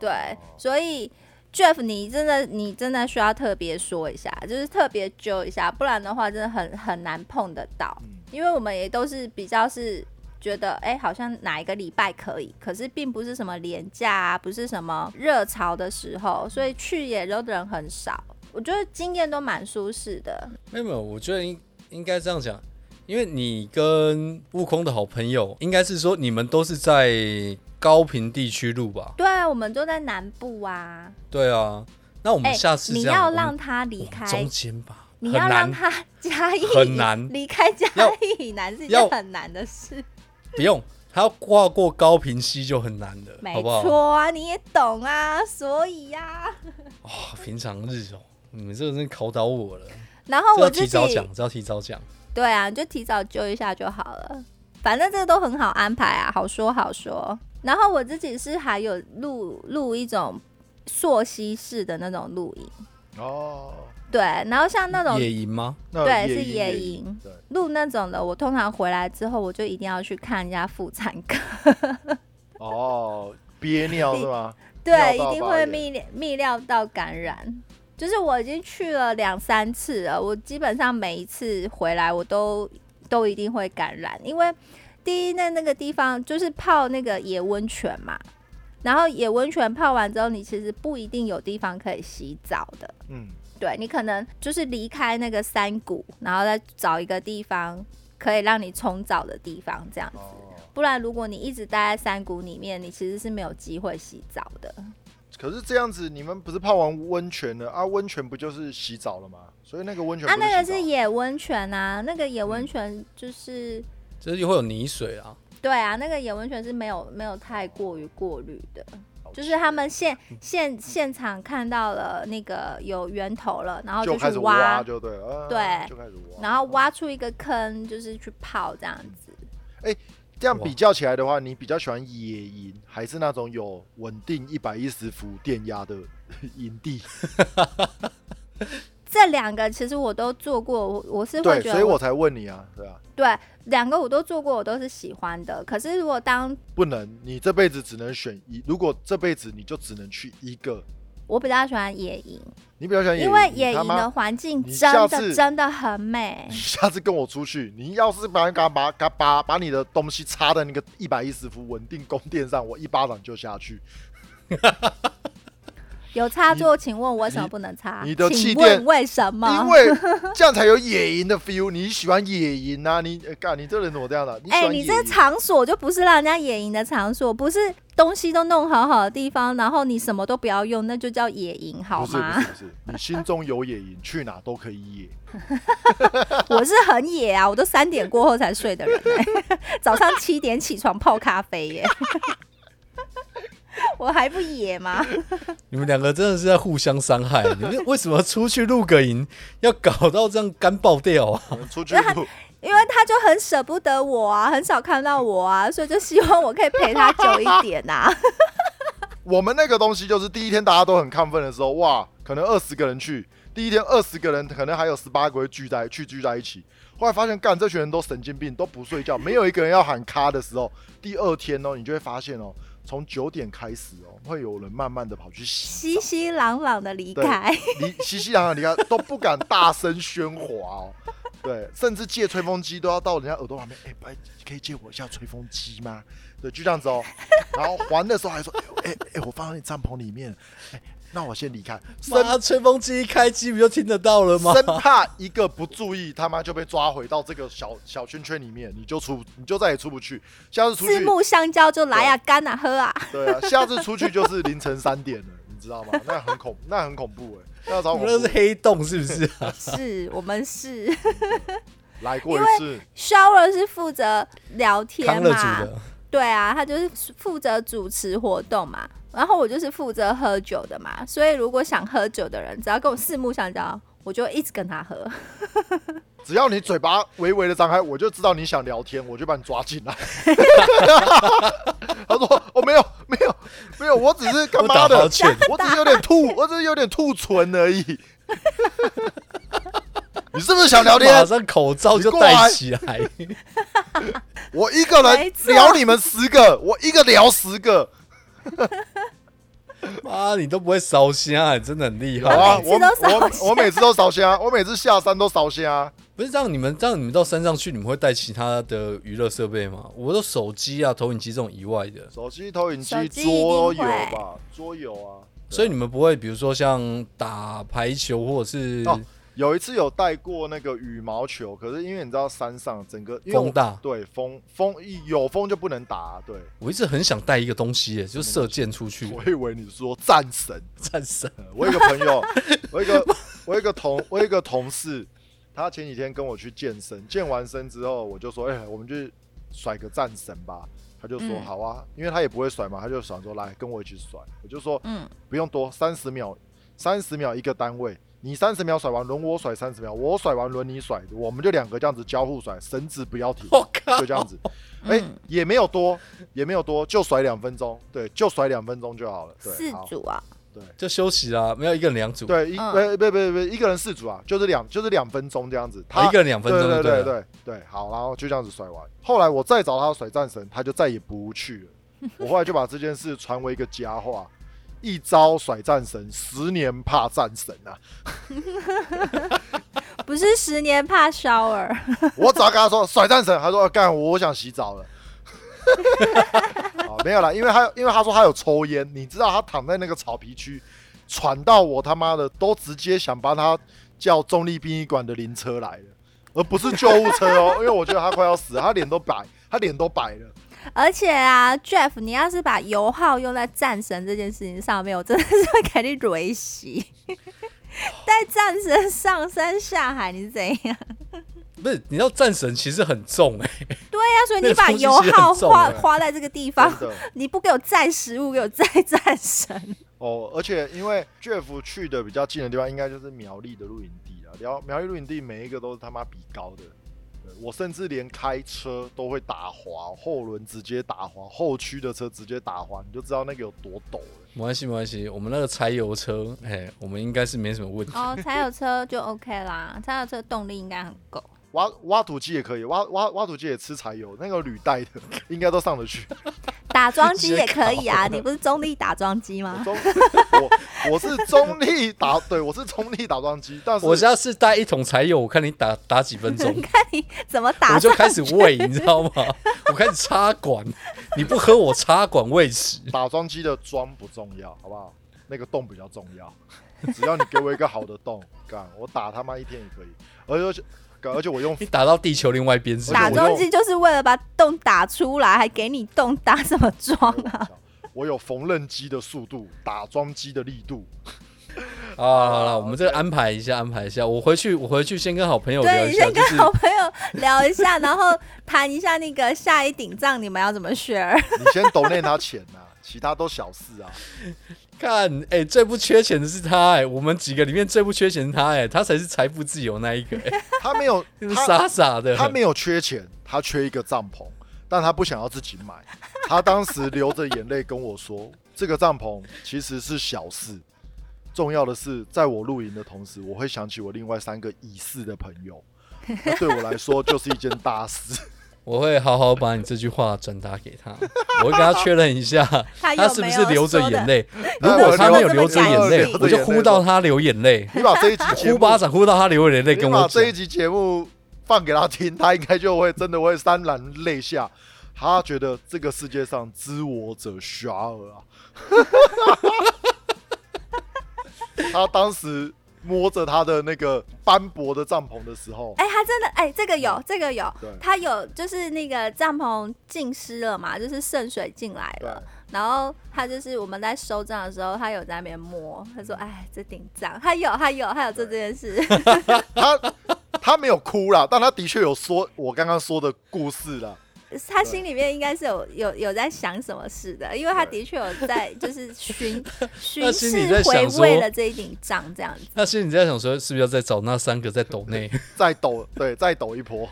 对哦，所以 Jeff，你真的你真的需要特别说一下，就是特别揪一下，不然的话真的很很难碰得到，嗯因为我们也都是比较是觉得，哎、好像哪一个礼拜可以，可是并不是什么廉价啊，不是什么热潮的时候，所以去也都人很少。我觉得经验都蛮舒适的，没有没有，我觉得应应该这样讲，因为你跟悟空的好朋友，应该是说你们都是在高平地区录吧？对啊，我们都在南部啊。对啊，那我哎、们下次你这样，要我们让他离开中间吧，你很要让难，他 嘉义很难离开嘉要义以南是一要件很难的事，不用，他要跨过高平溪就很难了，没好不好？错啊，你也懂啊，所以呀、啊平常日哦，你们这个真的考倒我了，然后这要我自提早己讲，这要提早讲。对啊，你就提早揪一下就好了，反正这个都很好安排啊，好说好说。然后我自己是还有录录一种溯溪式的那种录影，哦，对，然后像那种野营吗？那野对是营野野营对，录那种的，我通常回来之后我就一定要去看一下妇产科。哦，憋 尿是吗？尿对，道一定发会炎泌尿泌尿道感染。就是我已经去了两三次了，我基本上每一次回来我都都一定会感染，因为第一那那个地方就是泡那个野温泉嘛，然后野温泉泡完之后，你其实不一定有地方可以洗澡的。嗯，对你可能就是离开那个山谷，然后再找一个地方可以让你冲澡的地方，这样子。哦。不然如果你一直待在山谷里面，你其实是没有机会洗澡的。可是这样子，你们不是泡完温泉了啊？温泉不就是洗澡了吗？所以那个温泉啊，不是那个洗澡嗯是野温泉啊，那个野温泉就是、就是会有泥水啊，对啊，那个野温泉是没有没有太过于过滤的，哦就是他们现现现场看到了那个有源头了，然后就开去始挖，就对了，啊对就开始挖，然后挖出一个坑，就是去泡这样子。这样比较起来的话，你比较喜欢野营，还是那种有稳定一百一十伏电压的营地？这这两个其实我都做过，我我是会对，觉所以得我才问你啊，对啊，对两个我都做过，我都是喜欢的。可是如果当不能，你这辈子只能选一，如果这辈子你就只能去一个，我比较喜欢野营，你比较喜欢野因为你野他营妈的环境你真下的次真的很美 你。下次跟我出去，你要是把敢把敢把把你的东西插在那个一百一十伏稳定供电上，我一巴掌就下去。有插你座，请问为什么你不能插？你的气请垫问为什么？因为这样才有野营的 feel。你喜欢野营啊？你呃干、你这人怎么这样的、你喜哎、欢野你营？这场所就不是让人家野营的场所，不是东西都弄好好的地方，然后你什么都不要用，那就叫野营好不是不吗？是不是，你心中有野营，去哪都可以 野。我是很野啊，我都三点过后才睡的人、 欸，早上七点起床泡咖啡耶、 我还不野吗？你们两个真的是在互相伤害。 你们为什么出去露个营要搞到这样干爆掉啊？出去录，因为他就很舍不得我啊，很少看到我啊，所以就希望我可以陪他久一点 呐、啊。 我们那个东西就是第一天大家都很亢奋的时候，哇，可能二十个人去，第一天二十个人，可能还有十八个会聚在去聚在一起。后来发现，干这群人都神经病，都不睡觉，没有一个人要喊咔的时候，第二天哦，你就会发现哦，从九点开始哦，会有人慢慢的跑去洗熙熙攘攘的离对开，离熙熙攘攘离开，都不敢大声喧哗哦。对，甚至借吹风机都要到人家耳朵旁边，哎、不好意思可以借我一下吹风机吗？对，就这样子哦。然后还的时候还说，哎、哎、哎我放在你帐篷里面，哎、那我先离开，生妈，吹风机一开机不就听得到了吗？生怕一个不注意，他妈就被抓回到这个小小圈圈里面，你就出，你就再也出不去。下次出四去，目相交就来呀、干啊，喝啊。 对啊，下次出去就是凌晨三点了，你知道吗？那很恐，那很恐怖哎、那超你恐们那是怖。黑洞是不是啊？是我们是来过一次， shower 是负责聊天康乐组嘛，的，对啊，他就是负责主持活动嘛，然后我就是负责喝酒的嘛，所以如果想喝酒的人，只要跟我四目相交，我就一直跟他喝。只要你嘴巴微微的张开，我就知道你想聊天，我就把你抓 进来。他说：“哦，没有，没有，没有，我只是干妈的，我打哈欠我只是有点吐，我只是有点吐唇而 已。你是不是想马聊天？上口罩就戴起来。我一个没人错聊你们十个，我一个聊十个。 妈，你都不会烧虾，真的很厉好害。啊，每我次都扫虾我我每次都扫虾，我每次下山都扫啊虾。不是让你们让你们到山上去，你们会带其他的娱乐设备吗？我的手机啊、投影机这种以外的，手机、投影手机、机一定桌游会吧，桌游啊。所以你们不会，比如说像打排球或者是哦有一次有带过那个羽毛球，可是因为你知道山上整个因为我风大对风风一有风就不能打、对，我一直很想带一个东西耶，就是射箭出去，我以为你说战神，战神。呃我有一个朋友， 我有一个我有一个同我有一个同事，他前几天跟我去健身，健完身之后我就说，哎、我们去甩个战神吧。他就说、嗯好啊，因为他也不会甩嘛，他就想说来跟我一起甩。我就说嗯，不用多，三十秒，三十秒一个单位，你三十秒甩完轮我甩三十秒，我甩完轮你甩，我们就两个这样子交互甩，绳子不要停，我靠就！这样子。哎、嗯也没有多，也没有多，就甩两分钟，对，就甩两分钟就好了。对，四好，组啊，对。就休息啦，没有一个人两组，对，一嗯呃，不不不，一个人四组啊，就是两就是两分钟这样子，他啊一个人两分钟对就对了。对对，好，然后就这样子甩完。后来我再找他甩战神，他就再也不去了。我后来就把这件事传为一个佳话，一招甩战神，十年怕战神啊！不是十年怕 shower， 我只要跟他说甩战神，他说干，我想洗澡了。 啊，没有啦，因为他因为他说他有抽烟，你知道他躺在那个草皮区，喘到我他妈的都直接想帮他叫中立殡仪馆的灵车来了，而不是救护车哦，因为我觉得他快要死了，他脸都白，他脸都白了。而且啊，Jeff，你要是把油耗用在战神这件事情上面，我真的是会给你雷洗。 带战神上山下海，你是怎样？不是，你知道战神其实很重哎、对呀、所以那个你把东西油其实耗很重花欸花在这个地方真，的 你不给我载食物，给我载战神，哦，而且因为 Jeff 去的比较近的地方，应该就是苗栗的露营地了。苗苗栗露营地每一个都是他妈比高的，的，我甚至连开车都会打滑，后轮直接打滑，后驱的车直接打滑，你就知道那个有多陡了。没关系，没关系，我们那个柴油车，哎，我们应该是没什么问题。 哦，柴油车就 OK 啦，柴油车动力应该很够。挖挖土机也可以，挖挖挖土机也吃柴油，那个履带的应该都上得去。打桩机也可以 啊，你不是中立打桩机我吗？中我我是中立打，对我是中立打桩机，但是我下次带一桶柴油，我看你打打几分钟 你，看你怎么打我就桩，开始喂，你知道吗？ 我开始插管，你不喝我插管喂食。 打桩机的桩不重要，好不好？那个洞比较重要， 只要你给我一个好的洞，干我打他妈一天也可以，而且干而且我用你打到地球另外一边是不是打打桩桩机机就是为了把洞打出来，还给你洞打什么桩开玩啊？笑 我有缝纫机的速度，打桩机的力度。啊，好了，我们这个安排一下，安排一下。我回去，我回去先跟好朋友聊对，一你下，先就跟是好朋友聊一下，然后谈一下那个下一顶账你们要怎么 share。你先抖内他钱呐、其他都小事啊。看，哎、最不缺钱的是他、哎，我们几个里面最不缺钱是他、哎，他才是财富自由那一个、 哎，他没有就是他傻傻 的。他没有缺钱，他缺一个帐篷，但他不想要自己买。他当时流着眼泪跟我说：“这个帐篷其实是小事，重要的是，在我露营的同时，我会想起我另外三个已逝的朋友。那对我来说就是一件大事。我会好好把你这句话转达给他， 我会跟他确认一下，他有他是不没是有流着说的眼泪？那 如果我他流没有这流么着眼感泪人，我就呼到他流眼 泪”，你把这一集 节呼目，巴掌呼到他流眼泪，你跟我把讲这一。集节目放给他听，他应该就会真的会潸然泪下。他觉得这个世界上知我者寡尔啊！ 他当时摸着他的那个斑驳的帐篷的时候，哎、他真的哎、这个有，这个有对，他有就是那个帐篷浸湿了嘛，就是渗水进来对了。然后他就是我们在收帐的时候，他有在那边摸，他说：“哎，这顶帐，他有，他有，他有做这件事。他他没有哭啦，但他的确有说我刚刚说的故事啦。 他心里面应该是有有有在想什么事的，因为他的确有在就是巡巡他心里视在回想说味了这一顶帐这样子。那心里在想说，是不是要再找那三个在抖 内？再抖，对，再抖一波。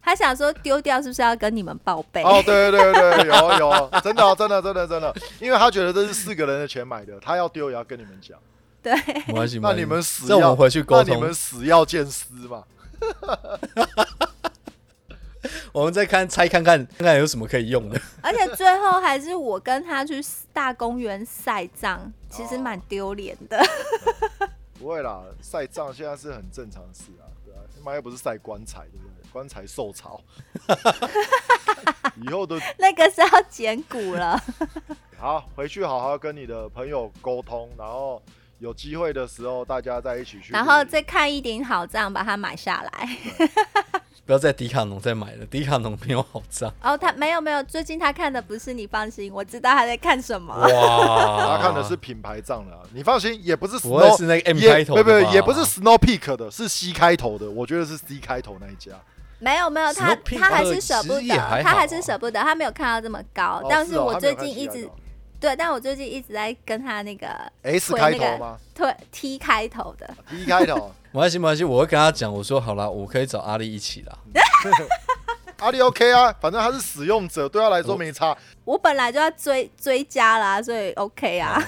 他想说丢掉是不是要跟你们报哎备？哦，对对对对，有有，真的哦真的真的真的，因为他觉得这是四个人的钱买的，他要丢也要跟你们讲。对，没关系，没那关系你们死这我要们回去沟那你通们。死要见尸嘛？我们再看拆看看看看有什么可以用的。 而且最后还是我跟他去大公园晒帐，其实蛮丢脸的。不会啦，晒帐现在是很正常的事啊，对啊，他妈又不是晒棺材，对不对？棺材 受潮，以后都那个是要剪 骨了，好，回去好好跟你的朋友沟通，然后有机会的时候大家在一起去露营，然后再看一顶好帐，把它买下来。不要在迪卡侬再买了，迪卡侬没有好账。哦，他没有没有，最近他看的不是你放心，我知道他在看什么。哇他看的是品牌帐了啊、你放心，也不是啊不会 Snow，是那个 M 也开头不的不吧也不是 Snow Peak 的，是 C 开头的，我觉得是 C 开头那一家。没有没有，他 Snow Peak 他还是舍不其实得，也还好啊他还是舍不得，他没有看到这么高。哦但是是哦我他没最有看近 C 一开直、头对，但我最近一直在跟他那个 S 推哎开那个头吗推 T 开头的， ？D 开头。啊没关系，没关系，我会跟他讲，我说好啦，我可以找阿丽一起啦。阿里 OK 啊，反正他是使用者，对他来说没差。我本来就要追追加啦、所以 OK 啊。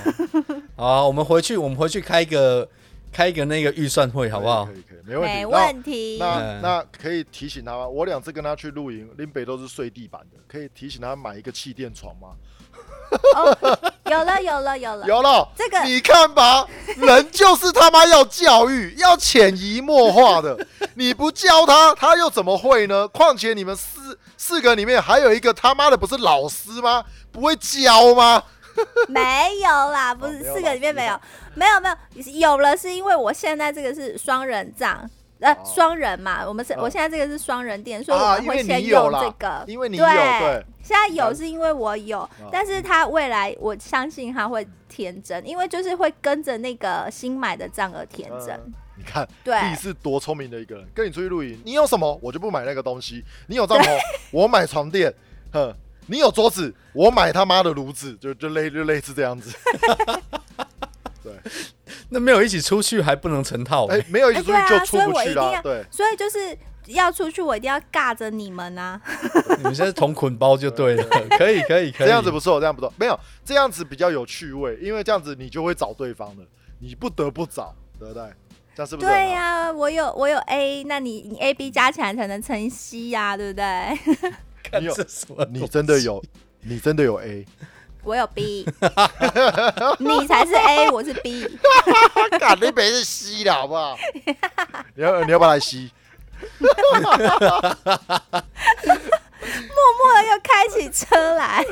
好啊，我们回去，我们回去开一个开一个那个预算会，好不好可？以可以，可以哦没问题。没问题。那那嗯那可以提醒他吗？我两次跟他去露营，林北都是睡地板的，可以提醒他买一个气垫床吗？哦有了，有 了，有了。有了，这个你看吧，人就是他妈要教育，要潜移默化 的。你不教他，他又怎么会呢？况且你们四四个里面还有一个他妈的不是老师吗？不会教吗？ 没有啦，不哦是没有四老个里面师没有吧，没有没有，有了是因为我现在这个是双人帐，呃，哦双人嘛，我们是嗯我现在这个是双人店，所以我啊们因会为你先有用啦这个，因为你有对对。嗯现在有是因为我有，但是他未来我相信他会天真，因为就是会跟着那个新买的帐而天真嗯。你看，对你是多聪明的一个人。跟你出去露营，你有什么我就不买那个东西，你有帐篷 我买床垫，哼，你有桌子我买他妈的炉子，就就类就类似这样子。 对，那没有一起出去还不能成套、哎、欸，没有一起出哎对去啊就出所以不我去一定啦。要对，所以就是要出去，我一定要尬着你们啊！你们现在是同捆包就 对了，可以可以可以，这样子不错，这样不错，没有这样子比较有趣味，因为这样子你就会找对方了，你不得不找，对不对？这样是不是很好？对呀、我有我有 A，那你你 A B 加起来才能乘以 C 呀、对不对？看你有这什么东西你真的有，你真的有 A，我有 B，你才是 A，我是 B。 干你别是 C 的好不好？ 你要你要不要来 C？默默的又开起车来，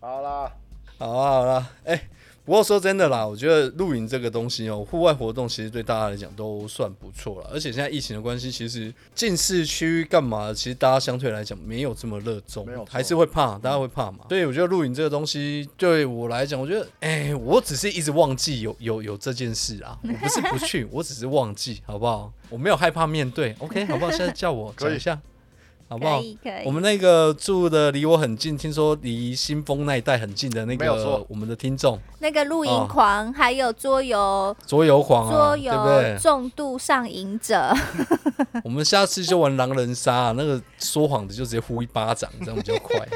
好啦，好啊好啦，哎、不过说真的啦，我觉得露营这个东西哦，户外活动其实对大家来讲都算不错了。而且现在疫情的关系，其实进市区干嘛，其实大家相对来讲没有这么热衷没有，错嗯还是会怕，大家会怕嘛。所以我觉得露营这个东西对我来讲，我觉得哎、我只是一直忘记有有有这件事啊，我不是不去， 我只是忘记，好不好？我没有害怕面对，OK，好不好？现在叫我可以讲一下，好不可好？以可以。我们那个住的离我很近，听说离新丰那一带很近的那没有错个我们的听众那个露营狂，还有桌游、桌游狂啊，桌对不游对？重度上瘾者， 我们下次就玩狼人杀、那个说谎的就直接呼一巴掌，这样比较快。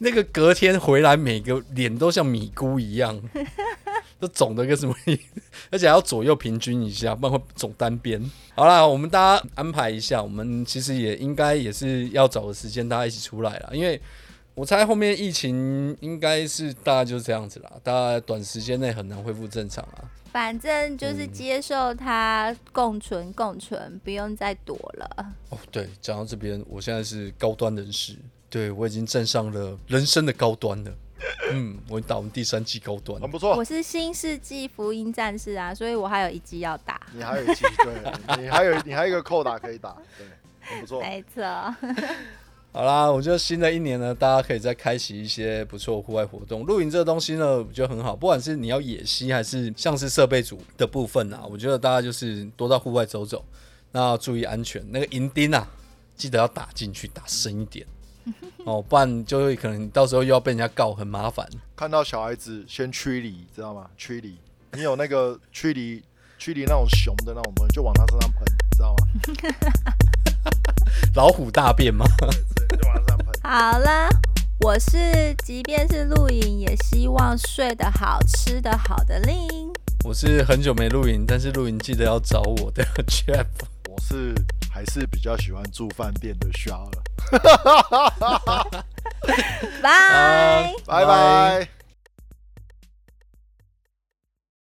那个隔天回来，每个脸都像米糊一样，都肿的跟什么一，而且还要左右平均一下，不然会肿单边。好啦，我们大家安排一下，我们其实也应该也是要找个时间，大家一起出来啦，因为我猜后面疫情应该是大家就是这样子啦，大家短时间内很难恢复正常啊。反正就是接受它共存共存，不用再躲了。哦，对，讲到这边，我现在是高端人士，对我已经站上了人生的高端了。嗯，我打完第三季高端，很不错我，是新世纪福音战士啊，所以我还有一季要打。你还有一期，对 你还有你还有一个扣打可以打，对，很不错。没错， 好啦，我觉得新的一年呢，大家可以再开启一些不错的户外活动。露营这个东西呢，我觉得很好，不管是你要野溪还是像是设备组的部分啊，我觉得大家就是多到户外走走，那要注意安全。那个银钉啊，记得要打进去，打深一点哦，不然就会可能到时候又要被人家告，很麻烦。看到小孩子先驱离，知道吗？驱离，你有那个 驱离驱离那种熊的那种东西，就往他身上喷，知道吗？老虎大便吗？对，就往他身上喷。好了。我是，即便是露营，也希望睡得好、吃得好的丽英。我是很久没露营，但是露营记得要找我的 Jeff。我是还是比较喜欢住饭店的 s h 拜。拜拜呃拜。